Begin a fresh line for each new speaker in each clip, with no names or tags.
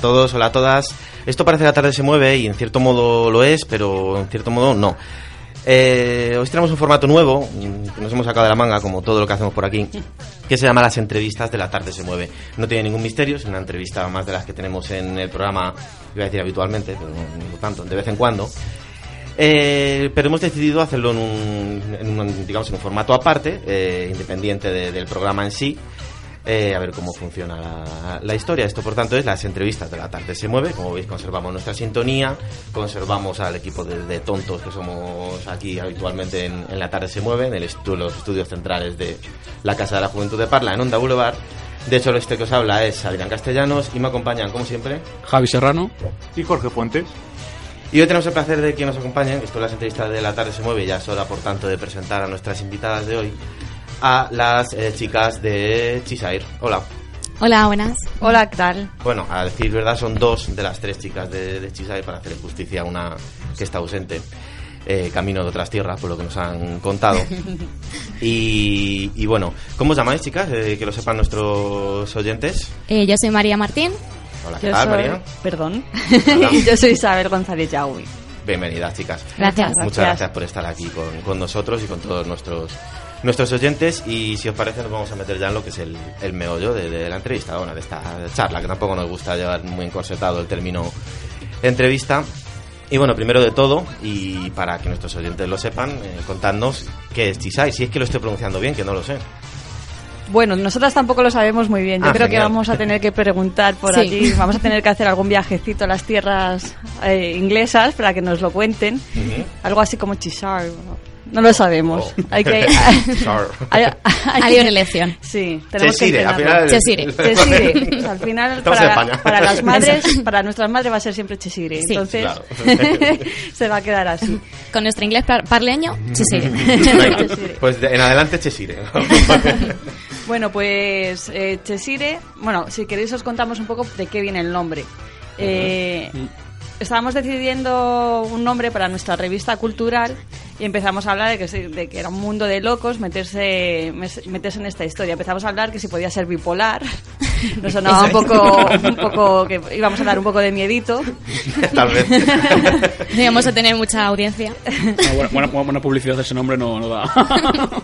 todos, hola a todas. Esto parece que la tarde se mueve y en cierto modo lo es, pero en cierto modo no. Eh, hoy tenemos un formato nuevo mm, que nos hemos sacado de la manga, como todo lo que hacemos por aquí, que se llama Las entrevistas de la tarde se mueve. No tiene ningún misterio, es una entrevista más de las que tenemos en el programa, iba a decir habitualmente, pero no, no tanto, de vez en cuando. Eh, pero hemos decidido hacerlo en un, en un- digamos, en un formato aparte, eh, independiente de- del programa en sí. Eh, a ver cómo funciona la, la historia. Esto, por tanto, es las entrevistas de la tarde se mueve. Como veis, conservamos nuestra sintonía, conservamos al equipo de, de tontos que somos aquí habitualmente en, en la tarde se mueve, en el estu- los estudios centrales de la Casa de la Juventud de Parla, en Onda Boulevard. De hecho, este que os habla es Adrián Castellanos y me acompañan, como siempre,
Javi Serrano.
Y Jorge Fuentes.
y hoy tenemos el placer de que nos acompañen, esto es las entrevistas de la tarde se mueve, ya es hora por tanto de presentar a nuestras invitadas de hoy, a las eh, chicas de Chisair. Hola.
Hola, buenas.
Hola, ¿qué tal?
Bueno, a decir verdad son dos de las tres chicas de, de Chisair para hacer justicia a una que está ausente, eh, camino de otras tierras, por lo que nos han contado. Y, y bueno, ¿cómo os llamáis chicas? Eh, que lo sepan nuestros oyentes.
Eh, yo soy María Martín.
Hola, ¿qué tal, Ah, María?
Perdón.
Hola.
Yo soy Isabel González Yaui.
Bienvenidas, chicas.
Gracias.
Muchas gracias por estar aquí con, con nosotros y con todos nuestros nuestros oyentes. Y si os parece, nos vamos a meter ya en lo que es el, el meollo de, de la entrevista, bueno, de esta charla, que tampoco nos gusta llevar muy encorsetado el término entrevista. Y bueno, primero de todo, y para que nuestros oyentes lo sepan, eh, contadnos qué es Chisai, si es que lo estoy pronunciando bien, que no lo sé.
Bueno, nosotras tampoco lo sabemos muy bien. Yo
Ah,
creo que
genial.
vamos a tener que preguntar por
Sí.
allí. Vamos a tener que hacer algún viajecito a las tierras eh, inglesas para que nos lo cuenten.
Ujú.
Algo así como Chisar. No lo sabemos.
Oh.
Hay que.
Sorry.
hay- hay
Hay
que-
una elección.
Sí, tenemos que
Cheshire, al
entrenarlo.
final.
Cheshire.
Cheshire. O sea, al final,
Estamos en
para,
España.
para las madres, para nuestras madres va a ser siempre Cheshire.
Sí.
Entonces,
Claro.
se va a quedar así.
Con nuestro inglés par- parleño, sí, sí.
Venga,
Cheshire.
pues de- en adelante Cheshire.
Bueno, pues eh, Cheshire, bueno, si queréis os contamos un poco de qué viene el nombre. Eh, estábamos decidiendo un nombre para nuestra revista cultural y empezamos a hablar de que, se- de que era un mundo de locos meterse, mes- meterse en esta historia. Empezamos a hablar que si podía ser bipolar, nos sonaba un
Eso es.
poco, un poco que íbamos a dar un poco de miedito.
Tal vez.
No Vamos a tener mucha audiencia.
Una buena, Ah, buena- buena- buena publicidad ese nombre no, no da.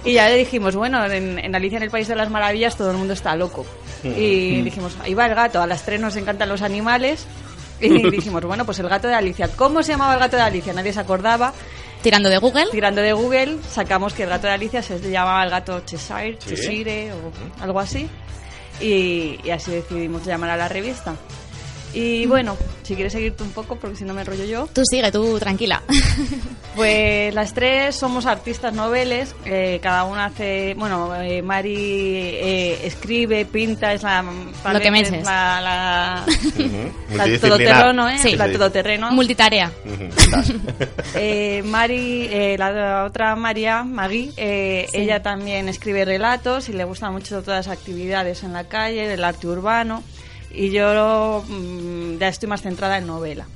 Y ya le dijimos, bueno, en, en Alicia en el País de las Maravillas todo el mundo está loco. Y dijimos, ahí va el gato, a las tres nos encantan los animales. Y dijimos, bueno, pues el gato de Alicia. ¿Cómo se llamaba el gato de Alicia? Nadie se acordaba.
Tirando de Google.
Tirando de Google, sacamos que el gato de Alicia se llamaba el gato Cheshire,
Sí.
Cheshire o algo así. Y, y así decidimos llamar a la revista. Y bueno, si quieres seguirte un poco, porque si no me enrollo yo.
Tú sigue, tú tranquila.
Pues las tres somos artistas noveles, eh, cada una hace, bueno, eh, Mari eh, escribe, pinta, es la... tal
Lo
vez
que me
es
dices.
La, la,
Ujú.
la
Multidisciplinar.
todoterreno, ¿eh?
Sí.
La
Sí.
todoterreno.
Multitarea.
Eh, Mari, eh, la otra María, Magui, eh,
Sí.
ella también escribe relatos y le gustan mucho todas las actividades en la calle, el arte urbano. Y yo mm, ya estoy más centrada en novela.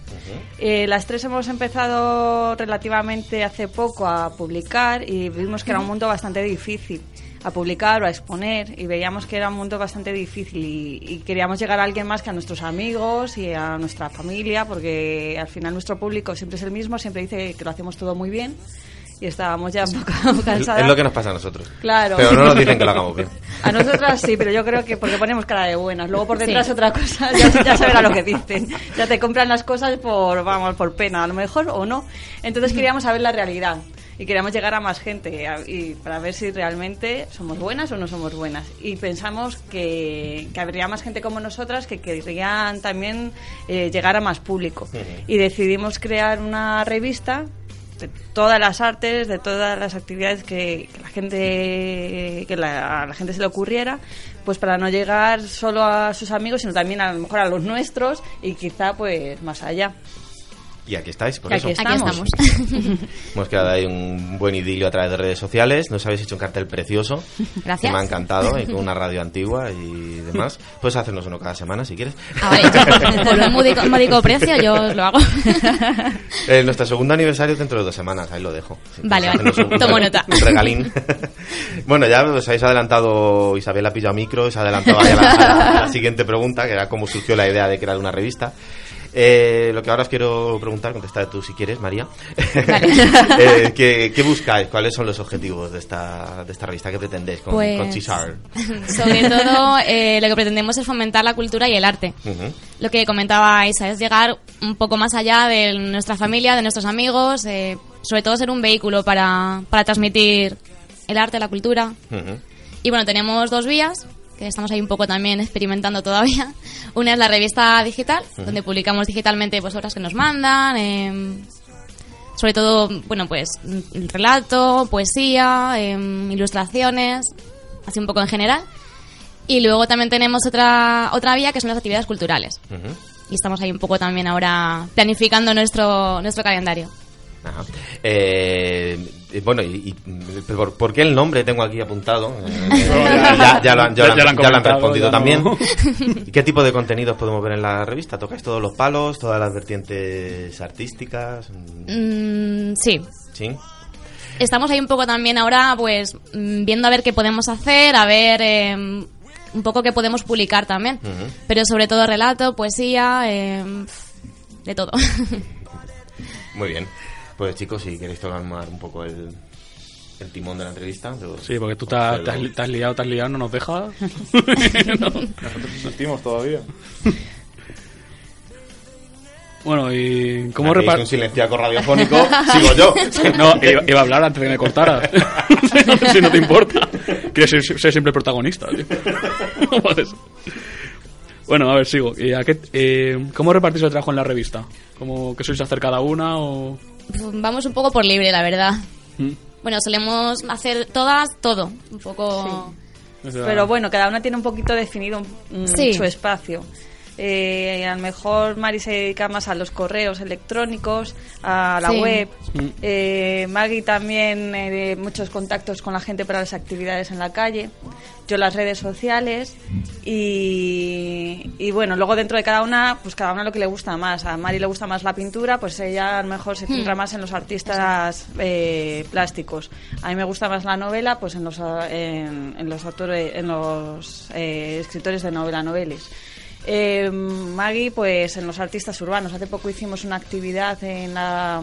Eh, las tres hemos empezado relativamente hace poco a publicar y vimos que era un mundo bastante difícil a publicar o a exponer y veíamos que era un mundo bastante difícil y, y queríamos llegar a alguien más que a nuestros amigos y a nuestra familia porque al final nuestro público siempre es el mismo, siempre dice que lo hacemos todo muy bien y estábamos ya un poco
Es
cansadas.
es lo que nos pasa a nosotros.
Claro.
Pero no nos dicen que lo hagamos bien.
A nosotras sí, pero yo creo que porque ponemos cara de buenas. Luego por detrás
Sí.
otra cosa, ya, ya se verá lo que dicen. Ya te compran las cosas por, vamos, por pena, a lo mejor o no. Entonces queríamos saber la realidad y queríamos llegar a más gente a- y para ver si realmente somos buenas o no somos buenas. Y pensamos que, que habría más gente como nosotras que querrían también eh, llegar a más público. Y decidimos crear una revista de todas las artes, de todas las actividades que, que la gente que la- a la gente se le ocurriera, pues para no llegar solo a sus amigos, sino también a lo mejor a los nuestros y quizá pues más allá.
Y aquí estáis, por
Y
eso.
aquí
Aquí estamos.
Hemos quedado ahí un buen idilio a través de redes sociales. Nos habéis hecho un cartel precioso. Que
Gracias.
me ha encantado, y con una radio antigua y demás. Puedes hacernos uno cada semana si quieres.
A ver, Ah, yo, por un módico, módico precio yo os lo hago.
Eh, nuestro segundo aniversario es dentro de dos semanas, ahí lo dejo. Si
Vale,
quieres
vale.
hacernos un-
Tomo nota.
Un regalín. bueno, ya os habéis adelantado, Isabel ha pillado micro, se ha adelantado ahí a la, a la siguiente pregunta, que era cómo surgió la idea de crear una revista. Eh, lo que ahora os quiero preguntar, contesta tú si quieres, María. Eh, ¿qué, qué buscáis? ¿Cuáles son los objetivos de esta, de esta revista? ¿Qué pretendéis con,
Pues-
con Chisar?
Sobre todo, eh, lo que pretendemos es fomentar la cultura y el arte.
Ujú.
Lo que comentaba Isa es llegar un poco más allá de nuestra familia, de nuestros amigos, eh, sobre todo ser un vehículo para, para transmitir el arte, la cultura.
Ujú.
Y bueno, tenemos dos vías, que estamos ahí un poco también experimentando todavía. Una es la revista digital, donde publicamos digitalmente pues, obras que nos mandan, eh, sobre todo, bueno, pues mm, relato, poesía, eh, ilustraciones, así un poco en general. Y luego también tenemos otra, otra vía que son las actividades culturales.
Ujú.
Y estamos ahí un poco también ahora planificando nuestro, nuestro calendario.
Ajá. Eh, eh, bueno, y, y- ¿por, por qué el nombre tengo aquí apuntado? Eh, ya, ya lo han, ya lo han-
Ya- ya lo han
ya lo han
comentado,
respondido
ya
también.
no.
¿Y ¿Qué tipo de contenidos podemos ver en la revista? ¿Tocáis todos los palos, todas las vertientes artísticas? Mm,
Mm, sí,
¿Sí?
Estamos ahí un poco también ahora, pues, mm, viendo a ver qué podemos hacer, a ver eh, un poco qué podemos publicar también.
Ujú.
Pero sobre todo relato, poesía, eh, de todo.
Muy bien. Pues chicos, si queréis tomar un poco el, el timón de la entrevista. yo-
Sí, porque tú te has, te has li- te has liado, te has liado, no nos dejas. No.
Existimos todavía.
Bueno, y cómo
Aquí hice
repar...
un silenciaco radiofónico, sigo yo.
No, iba, iba a hablar antes de que me cortaras. si, no, si no te importa. Quieres ser, ser siempre el protagonista, tío. No puedes. Bueno, a ver, sigo. ¿Y a qué- eh, ¿Cómo repartís el trabajo en la revista? ¿Cómo que sois hacer cada una o...?
Vamos un poco por libre, la verdad.
¿Mm?
Bueno, solemos hacer todas, todo. Un poco...
O sea,
Pero bueno, cada una tiene un poquito definido mm,
Sí.
su espacio. Eh, a lo mejor Mari se dedica más a los correos electrónicos, a la
Sí.
web.
Mm.
Eh, Maggie también eh, de muchos contactos con la gente para las actividades en la calle. Yo las redes sociales. Y, y bueno, luego dentro de cada una, pues cada una lo que le gusta más. A Mari le gusta más la pintura, pues ella a lo mejor se centra más en los artistas eh, plásticos. A mí me gusta más la novela, pues en los, ah, en, en los, autores, en los eh, escritores de novela, noveles. Eh, Maggie, pues en los artistas urbanos. Hace poco hicimos una actividad en la,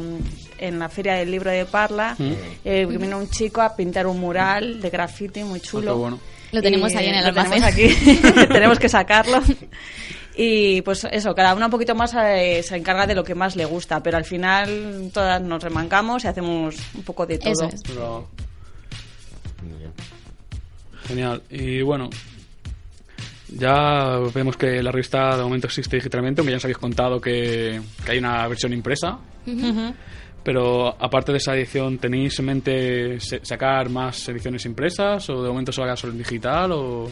en la Feria del Libro de Parla.
Mm.
eh, que vino un chico a pintar un mural de graffiti muy chulo.
Ah, qué bueno.
Lo tenemos ahí en el
lo tenemos
almacén.
aquí. tenemos que sacarlo. Y pues eso, cada una un poquito más eh, se encarga de lo que más le gusta, pero al final todas nos remancamos y hacemos un poco de todo.
Eso es.
pero-
Muy bien.
Genial. Y bueno, ya vemos que la revista de momento existe digitalmente, aunque ya os habéis contado que, que hay una versión impresa. Pero aparte de esa edición, ¿tenéis en mente se- sacar más ediciones impresas o de momento se va a quedar solo en digital? O...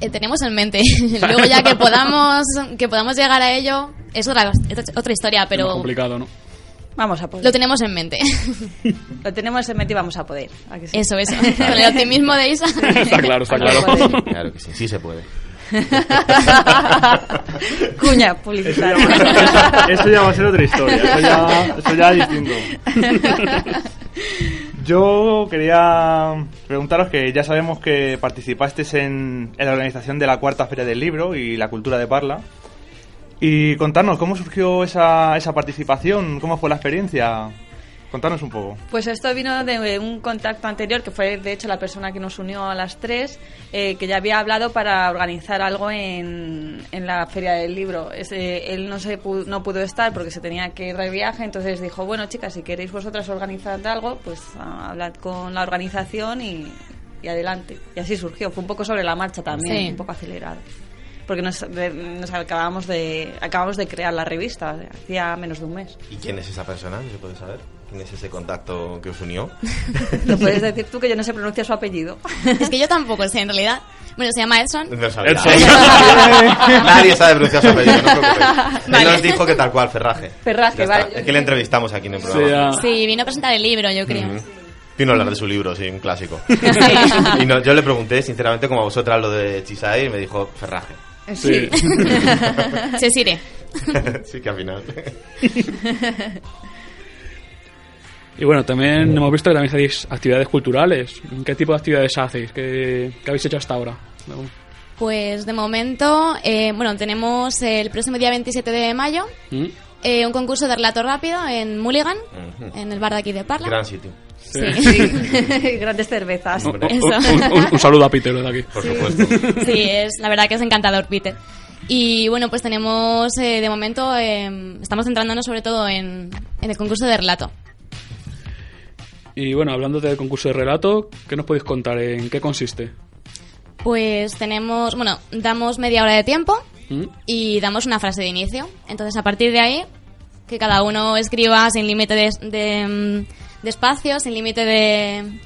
Eh, tenemos en mente. Luego ya que podamos, que podamos llegar a ello, es otra, es otra historia,
Es más
pero
complicado, ¿no?
Vamos a poder.
lo tenemos en mente.
Lo tenemos en mente y vamos a poder. ¿a que sí?
Eso, eso. Con el optimismo de Isa.
está claro, está
Vamos a
claro.
poder.
Claro que sí, sí se puede.
Eso
Cuña
ya, va,
publicitaria.
eso ya va a ser otra historia. Eso ya, eso ya es distinto. Yo quería preguntaros que ya sabemos que participasteis en, en la organización de la cuarta Feria del Libro y la Cultura de Parla. Y contarnos, ¿cómo surgió esa, esa participación? ¿Cómo fue la experiencia? Contarnos un poco.
Pues esto vino de un contacto anterior, que fue de hecho la persona que nos unió a las tres, eh, que ya había hablado para organizar algo en, en la Feria del Libro. Ese- él no, se pu- no pudo estar porque se tenía que ir de viaje, entonces dijo, bueno chicas, si queréis vosotras organizar algo, pues ah, hablad con la organización y, y adelante. Y así surgió, fue un poco sobre la marcha también,
Sí.
un poco acelerado. Porque nos, de- nos acabamos, de, acabamos de crear la revista, o sea, hacía menos de un mes.
¿Y quién es esa persona? ¿Se puede saber? ¿Quién es ese contacto que os unió?
Lo puedes decir tú que yo no sé pronunciar su apellido.
Es que yo tampoco sé, en realidad. Bueno, se llama Edson.
No sabía.
Edson.
Nadie sabe pronunciar su apellido, no os preocupéis.
Vale.
Él nos dijo que tal cual, Ferraje.
Ferraje,
Ya está.
vale.
Es que le entrevistamos aquí en el
Sí,
programa.
ya.
Sí, vino a presentar el libro, yo creo.
Ujú. Vino a hablar de su libro, sí, un clásico.
Sí.
Y no- yo le pregunté, sinceramente, como a vosotras lo de Chisai, y me dijo Ferraje.
Eh,
Sí.
Se sirve.
sí, que al final.
Y bueno, también hemos visto que también hacéis actividades culturales. ¿Qué tipo de actividades hacéis? ¿Qué, qué habéis hecho hasta ahora?
Pues de momento, eh, bueno, tenemos el próximo día 27 de mayo
¿Mm?
eh, un concurso de relato rápido en Mulligan,
Ujú.
en el bar de aquí de Parla.
Gran sitio.
Sí.
Sí. Grandes cervezas.
Hombre.
Un-
Eso.
Un, un- un saludo a Peter desde aquí.
Por supuesto.
Sí, es, la verdad que es encantador, Peter. Y bueno, pues tenemos, eh, de momento, eh, estamos centrándonos sobre todo en, en el concurso de relato.
Y bueno, hablando del concurso de relato, ¿qué nos podéis contar? ¿En qué consiste?
Pues tenemos, bueno, damos media hora de tiempo
¿Mm?
y damos una frase de inicio. Entonces, a partir de ahí, que cada uno escriba sin límite de, de, mm, de espacio, sin límite de,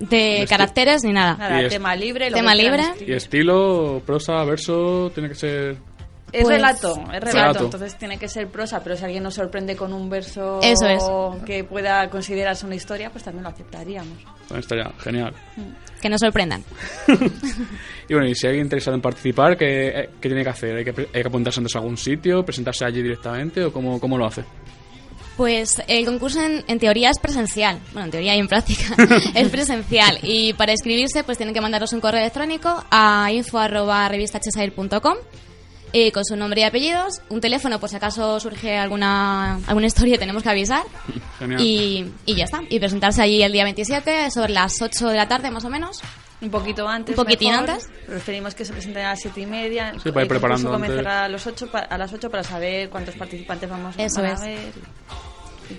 de
Vesti-
caracteres ni nada.
Nada,
Y es-
tema libre. lo
Tema
que quieran
libre.
escribir.
¿Y estilo, prosa, verso? Tiene que ser...
Es
Pues-
relato, es relato,
Relato.
entonces tiene que ser prosa, pero si alguien nos sorprende con un verso
Eso
que pueda considerarse una historia, pues también lo aceptaríamos.
Bueno, estaría genial.
Que nos sorprendan.
Y bueno, y si hay alguien interesado en participar, ¿qué, eh, qué tiene que hacer? ¿Hay que, pre- hay que apuntarse antes a algún sitio? ¿Presentarse allí directamente? ¿O cómo, cómo lo hace?
Pues el concurso en, en teoría es presencial. Bueno, en teoría y en práctica es presencial. Y para inscribirse, pues tienen que mandarnos un correo electrónico a info.revistacheshire.com eh, con su nombre y apellidos, un teléfono por si acaso surge alguna, alguna historia y tenemos que avisar.
Genial.
Y, y ya está. Y presentarse allí el día 27, sobre las 8 de la tarde más o menos.
Un poquito antes.
Un poquitín
mejor.
antes.
Preferimos que se presenten a las siete y media.
Sí, para ir
El concurso
preparando
comenzará a, los ocho, pa- a las 8 para saber cuántos participantes vamos
Eso
van a
es.
ver.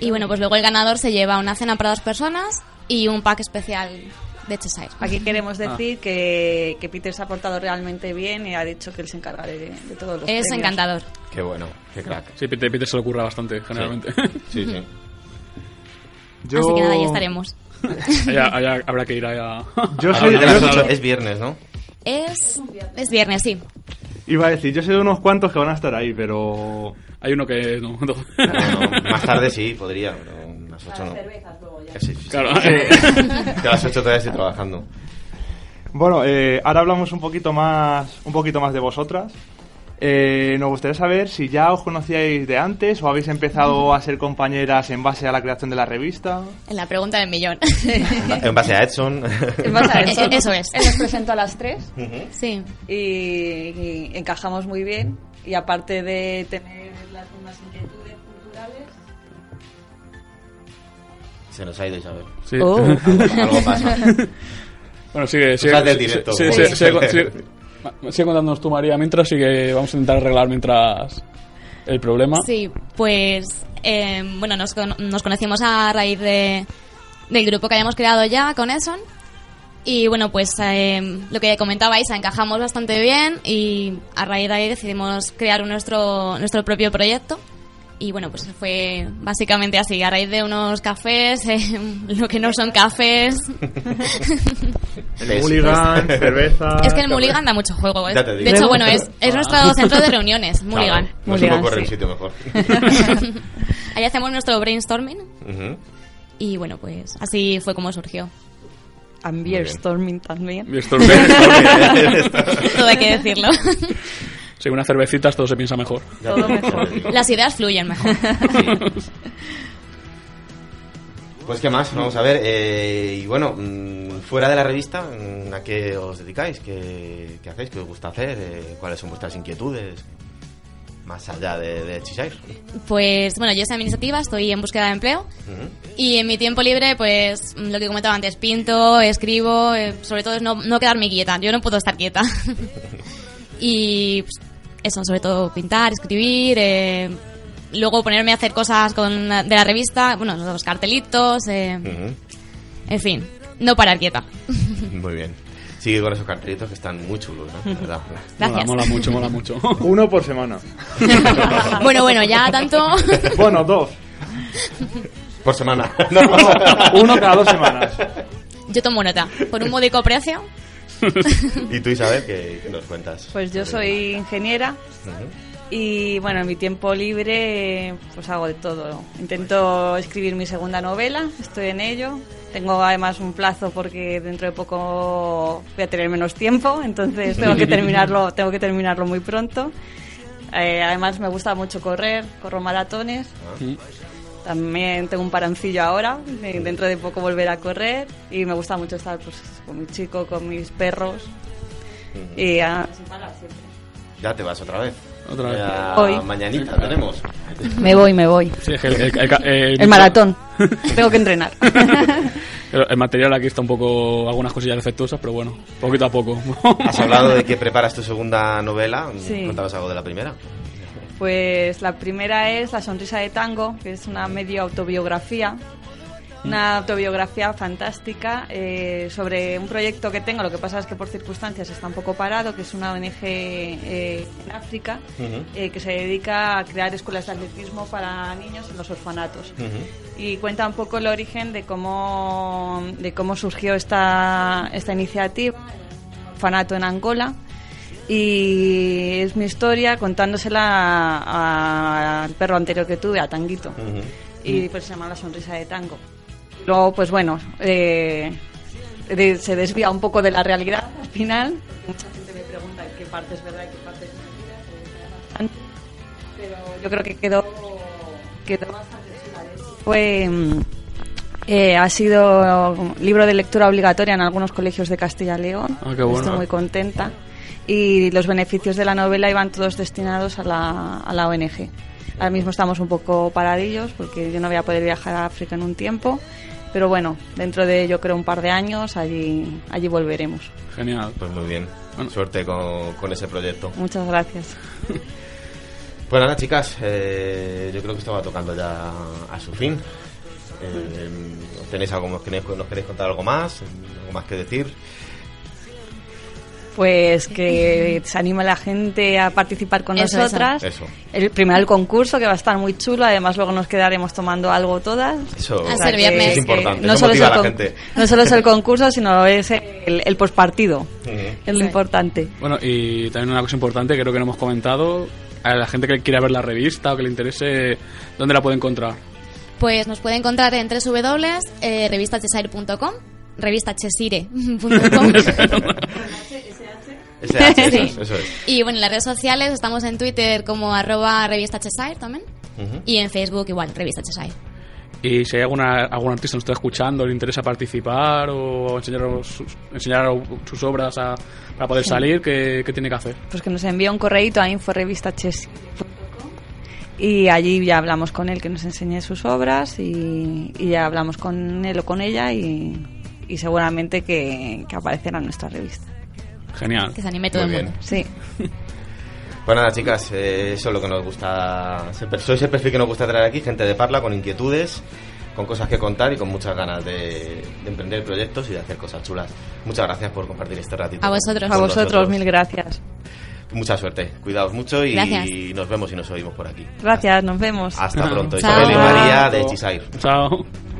Y bueno, pues luego el ganador se lleva una cena para dos personas y un pack especial de Cheshire.
Aquí queremos
Ah.
decir que, que Peter se ha portado realmente bien y ha dicho que él se encargará de, de todos los
Es
premios.
encantador.
Qué bueno, qué crack.
Sí, Peter, Peter se le ocurra bastante, generalmente.
Sí, sí.
Así que nada, ahí estaremos.
allá, allá habrá que ir allá.
Yo
A
soy,
partir de las
yo-
ocho- es viernes, ¿no?
Es, es viernes, sí.
iba a decir, yo sé de unos cuantos que van a estar ahí, pero...
Hay uno que no. no.
Bueno, más tarde sí, podría, pero a las 8 no. Sí, sí, sí.
Claro.
Que a las 8 todavía estoy trabajando.
Bueno, eh, ahora hablamos un poquito más, un poquito más de vosotras. Eh, nos gustaría saber si ya os conocíais de antes o habéis empezado a ser compañeras en base a la creación de la revista.
En la pregunta del millón.
En base a Edson.
En base a eso,
Eso es.
Él nos presentó a las 3
sí.
y, y encajamos muy bien. Y aparte de tener las mismas inquietudes culturales,
Se nos ha ido Isabel.
Sí.
Oh.
Algo pasa.
Bueno, sigue, sigue.
Pues haz el
sigue-
directo.
sigue-
Muy
sigue- sigue-
bien.
sigue- sigue- sigue contándonos tú, María, mientras, así que vamos a intentar arreglar mientras el problema.
Sí, pues eh, bueno, nos, con- nos conocimos a raíz de, del grupo que habíamos creado ya con Edson. Y bueno, pues eh, lo que comentabais, encajamos bastante bien y a raíz de ahí decidimos crear un nuestro, nuestro propio proyecto. Y bueno, pues fue básicamente así, a raíz de unos cafés, eh, lo que no son cafés.
Tes.
cerveza...
es que el Mulligan da mucho juego. ¿eh?
Ah, Ya te digo. Ah.
De hecho, bueno, es, es nuestro centro de reuniones, Mulligan.
Claro, No se me
Mulligan,
ocurre
sí.
pues un sitio mejor.
Ahí hacemos nuestro brainstorming
Ujú.
y bueno, pues así fue como surgió.
and
bien.
beer storming también.
Y esto es bien.
Todo hay que decirlo.
Sí, unas cervecitas todo se piensa mejor.
Ya
Todo
te digo,
mejor.
ya te digo.
Las ideas fluyen mejor.
Pues qué más, vamos a ver. eh, y bueno, mm, fuera de la revista, mm, ¿a qué os dedicáis? ¿Qué, qué hacéis? ¿Qué os gusta hacer? Eh, ¿Cuáles son vuestras inquietudes? Más allá de, de Cheshire.
Pues bueno, yo soy administrativa, estoy en búsqueda de empleo
Ujú.
y en mi tiempo libre, pues mm, lo que comentaba antes, pinto, escribo, eh, sobre todo es no, no quedarme quieta, yo no puedo estar quieta. y pues, eso, sobre todo pintar, escribir, eh, luego ponerme a hacer cosas con la- de la revista, bueno, los cartelitos, eh,
Mm. Ujú.
en fin, no parar quieta.
Muy bien. Sigue con esos cartelitos que están muy chulos, ¿no? La verdad.
Gracias.
Mola, mola mucho, mola mucho.
Uno por semana.
bueno, bueno, ya tanto.
Bueno, dos.
Por semana.
Uno cada dos semanas.
Yo tomo nota. Por un módico precio.
y tú, Isabel, ¿qué, qué nos cuentas?
Pues yo soy ingeniera
Ujú.
y bueno, en mi tiempo libre pues hago de todo. Intento escribir mi segunda novela, estoy en ello. Tengo además un plazo porque dentro de poco voy a tener menos tiempo, entonces tengo que terminarlo, tengo que terminarlo muy pronto. Eh, además me gusta mucho correr, corro maratones. También tengo un parancillo ahora, de- dentro de poco volver a correr y me gusta mucho estar pues, con mi chico, con mis perros. Y ah,
Ya te vas otra vez.
Otra vez.
Ya
Hoy.
Mañanita tenemos.
me voy, me voy.
Sí, es que el, el- el- el-
El maratón. Tengo que entrenar.
El, el material aquí está un poco. Algunas cosillas defectuosas, pero bueno, poquito a poco.
Has hablado de que preparas tu segunda novela.
Sí.
Contabas algo de la primera.
Pues la primera es La sonrisa de tango, que es una medio autobiografía. Una autobiografía fantástica eh, sobre un proyecto que tengo, lo que pasa es que por circunstancias está un poco parado, que es una ONG eh, en África,
Ujú.
eh, que se dedica a crear escuelas de atletismo para niños en los orfanatos.
Ujú.
y cuenta un poco el origen de cómo, de cómo surgió esta, esta iniciativa, el orfanato en Angola. Y es mi historia contándosela a- al perro anterior que tuve, a Tanguito.
Ujú.
Y pues se llama La Sonrisa de Tango. Luego, pues bueno, eh, de- se desvía un poco de la realidad al final. Mucha gente me pregunta qué parte es verdad y qué parte es mentira. Pero yo creo que quedó, quedó bastante chula. De hecho, Fue, mm, eh, ha sido libro de lectura obligatoria en algunos colegios de Castilla y León.
Ah, qué bueno.
Estoy muy contenta. Y los beneficios de la novela iban todos destinados a la, a la ONG. Ahora mismo estamos un poco paradillos porque yo no voy a poder viajar a África en un tiempo. Pero bueno, dentro de yo creo un par de años allí, allí volveremos.
Genial.
Pues muy bien.
Bueno.
Suerte con, con ese proyecto.
Muchas gracias.
Pues nada, chicas, eh, yo creo que esto va tocando ya a su fin. Eh, ¿Tenéis algo nos queréis, nos queréis contar algo más? ¿Algo más que decir?
Pues que se anima la gente a participar con
Eso,
nosotras.
eso. Eso.
El primero el concurso que va a estar muy chulo, además luego nos quedaremos tomando algo todas.
Eso
A ser viernes.
es importante.
no
eso
solo, es
motiva
el
a la
con-
gente.
no solo es el concurso, sino es el, el pospartido,
Ujú.
es lo
Sí.
importante.
Bueno, y también una cosa importante, creo que no hemos comentado. A la gente que quiera ver la revista o que le interese, ¿dónde la puede encontrar?
Pues nos puede encontrar en www.revistachesire.com, revistachesire.com.
Ese H, eso
Sí.
es, eso es.
y bueno, en las redes sociales estamos en Twitter como arroba revista Cheshire también.
Ujú.
Y en Facebook igual, revista Cheshire.
Y si hay alguna, algún artista que nos está escuchando, le interesa participar o enseñar sus, enseñar sus obras a- para poder salir, ¿qué, qué tiene que hacer?
Pues que nos envía un correíto a inforevistachesi.com y allí ya hablamos con él que nos enseñe sus obras y, y ya hablamos con él o con ella y, y seguramente que, que aparecerá en nuestra revista.
Genial.
Que se anime todo
Muy
el
bien.
mundo.
Sí.
Pues nada, chicas, eh, eso es lo que nos gusta. siempre- Sois el perfil que nos gusta traer aquí, gente de parla, con inquietudes, con cosas que contar y con muchas ganas de, de emprender proyectos y de hacer cosas chulas. Muchas gracias por compartir este ratito.
A
con-
vosotros.
con
A vosotros,
nosotros.
mil gracias.
Mucha suerte, cuidaos mucho y
Gracias.
nos vemos y nos oímos por aquí.
Gracias, nos vemos.
Hasta pronto,
Chao.
Isabel y María de Chisair.
Chao.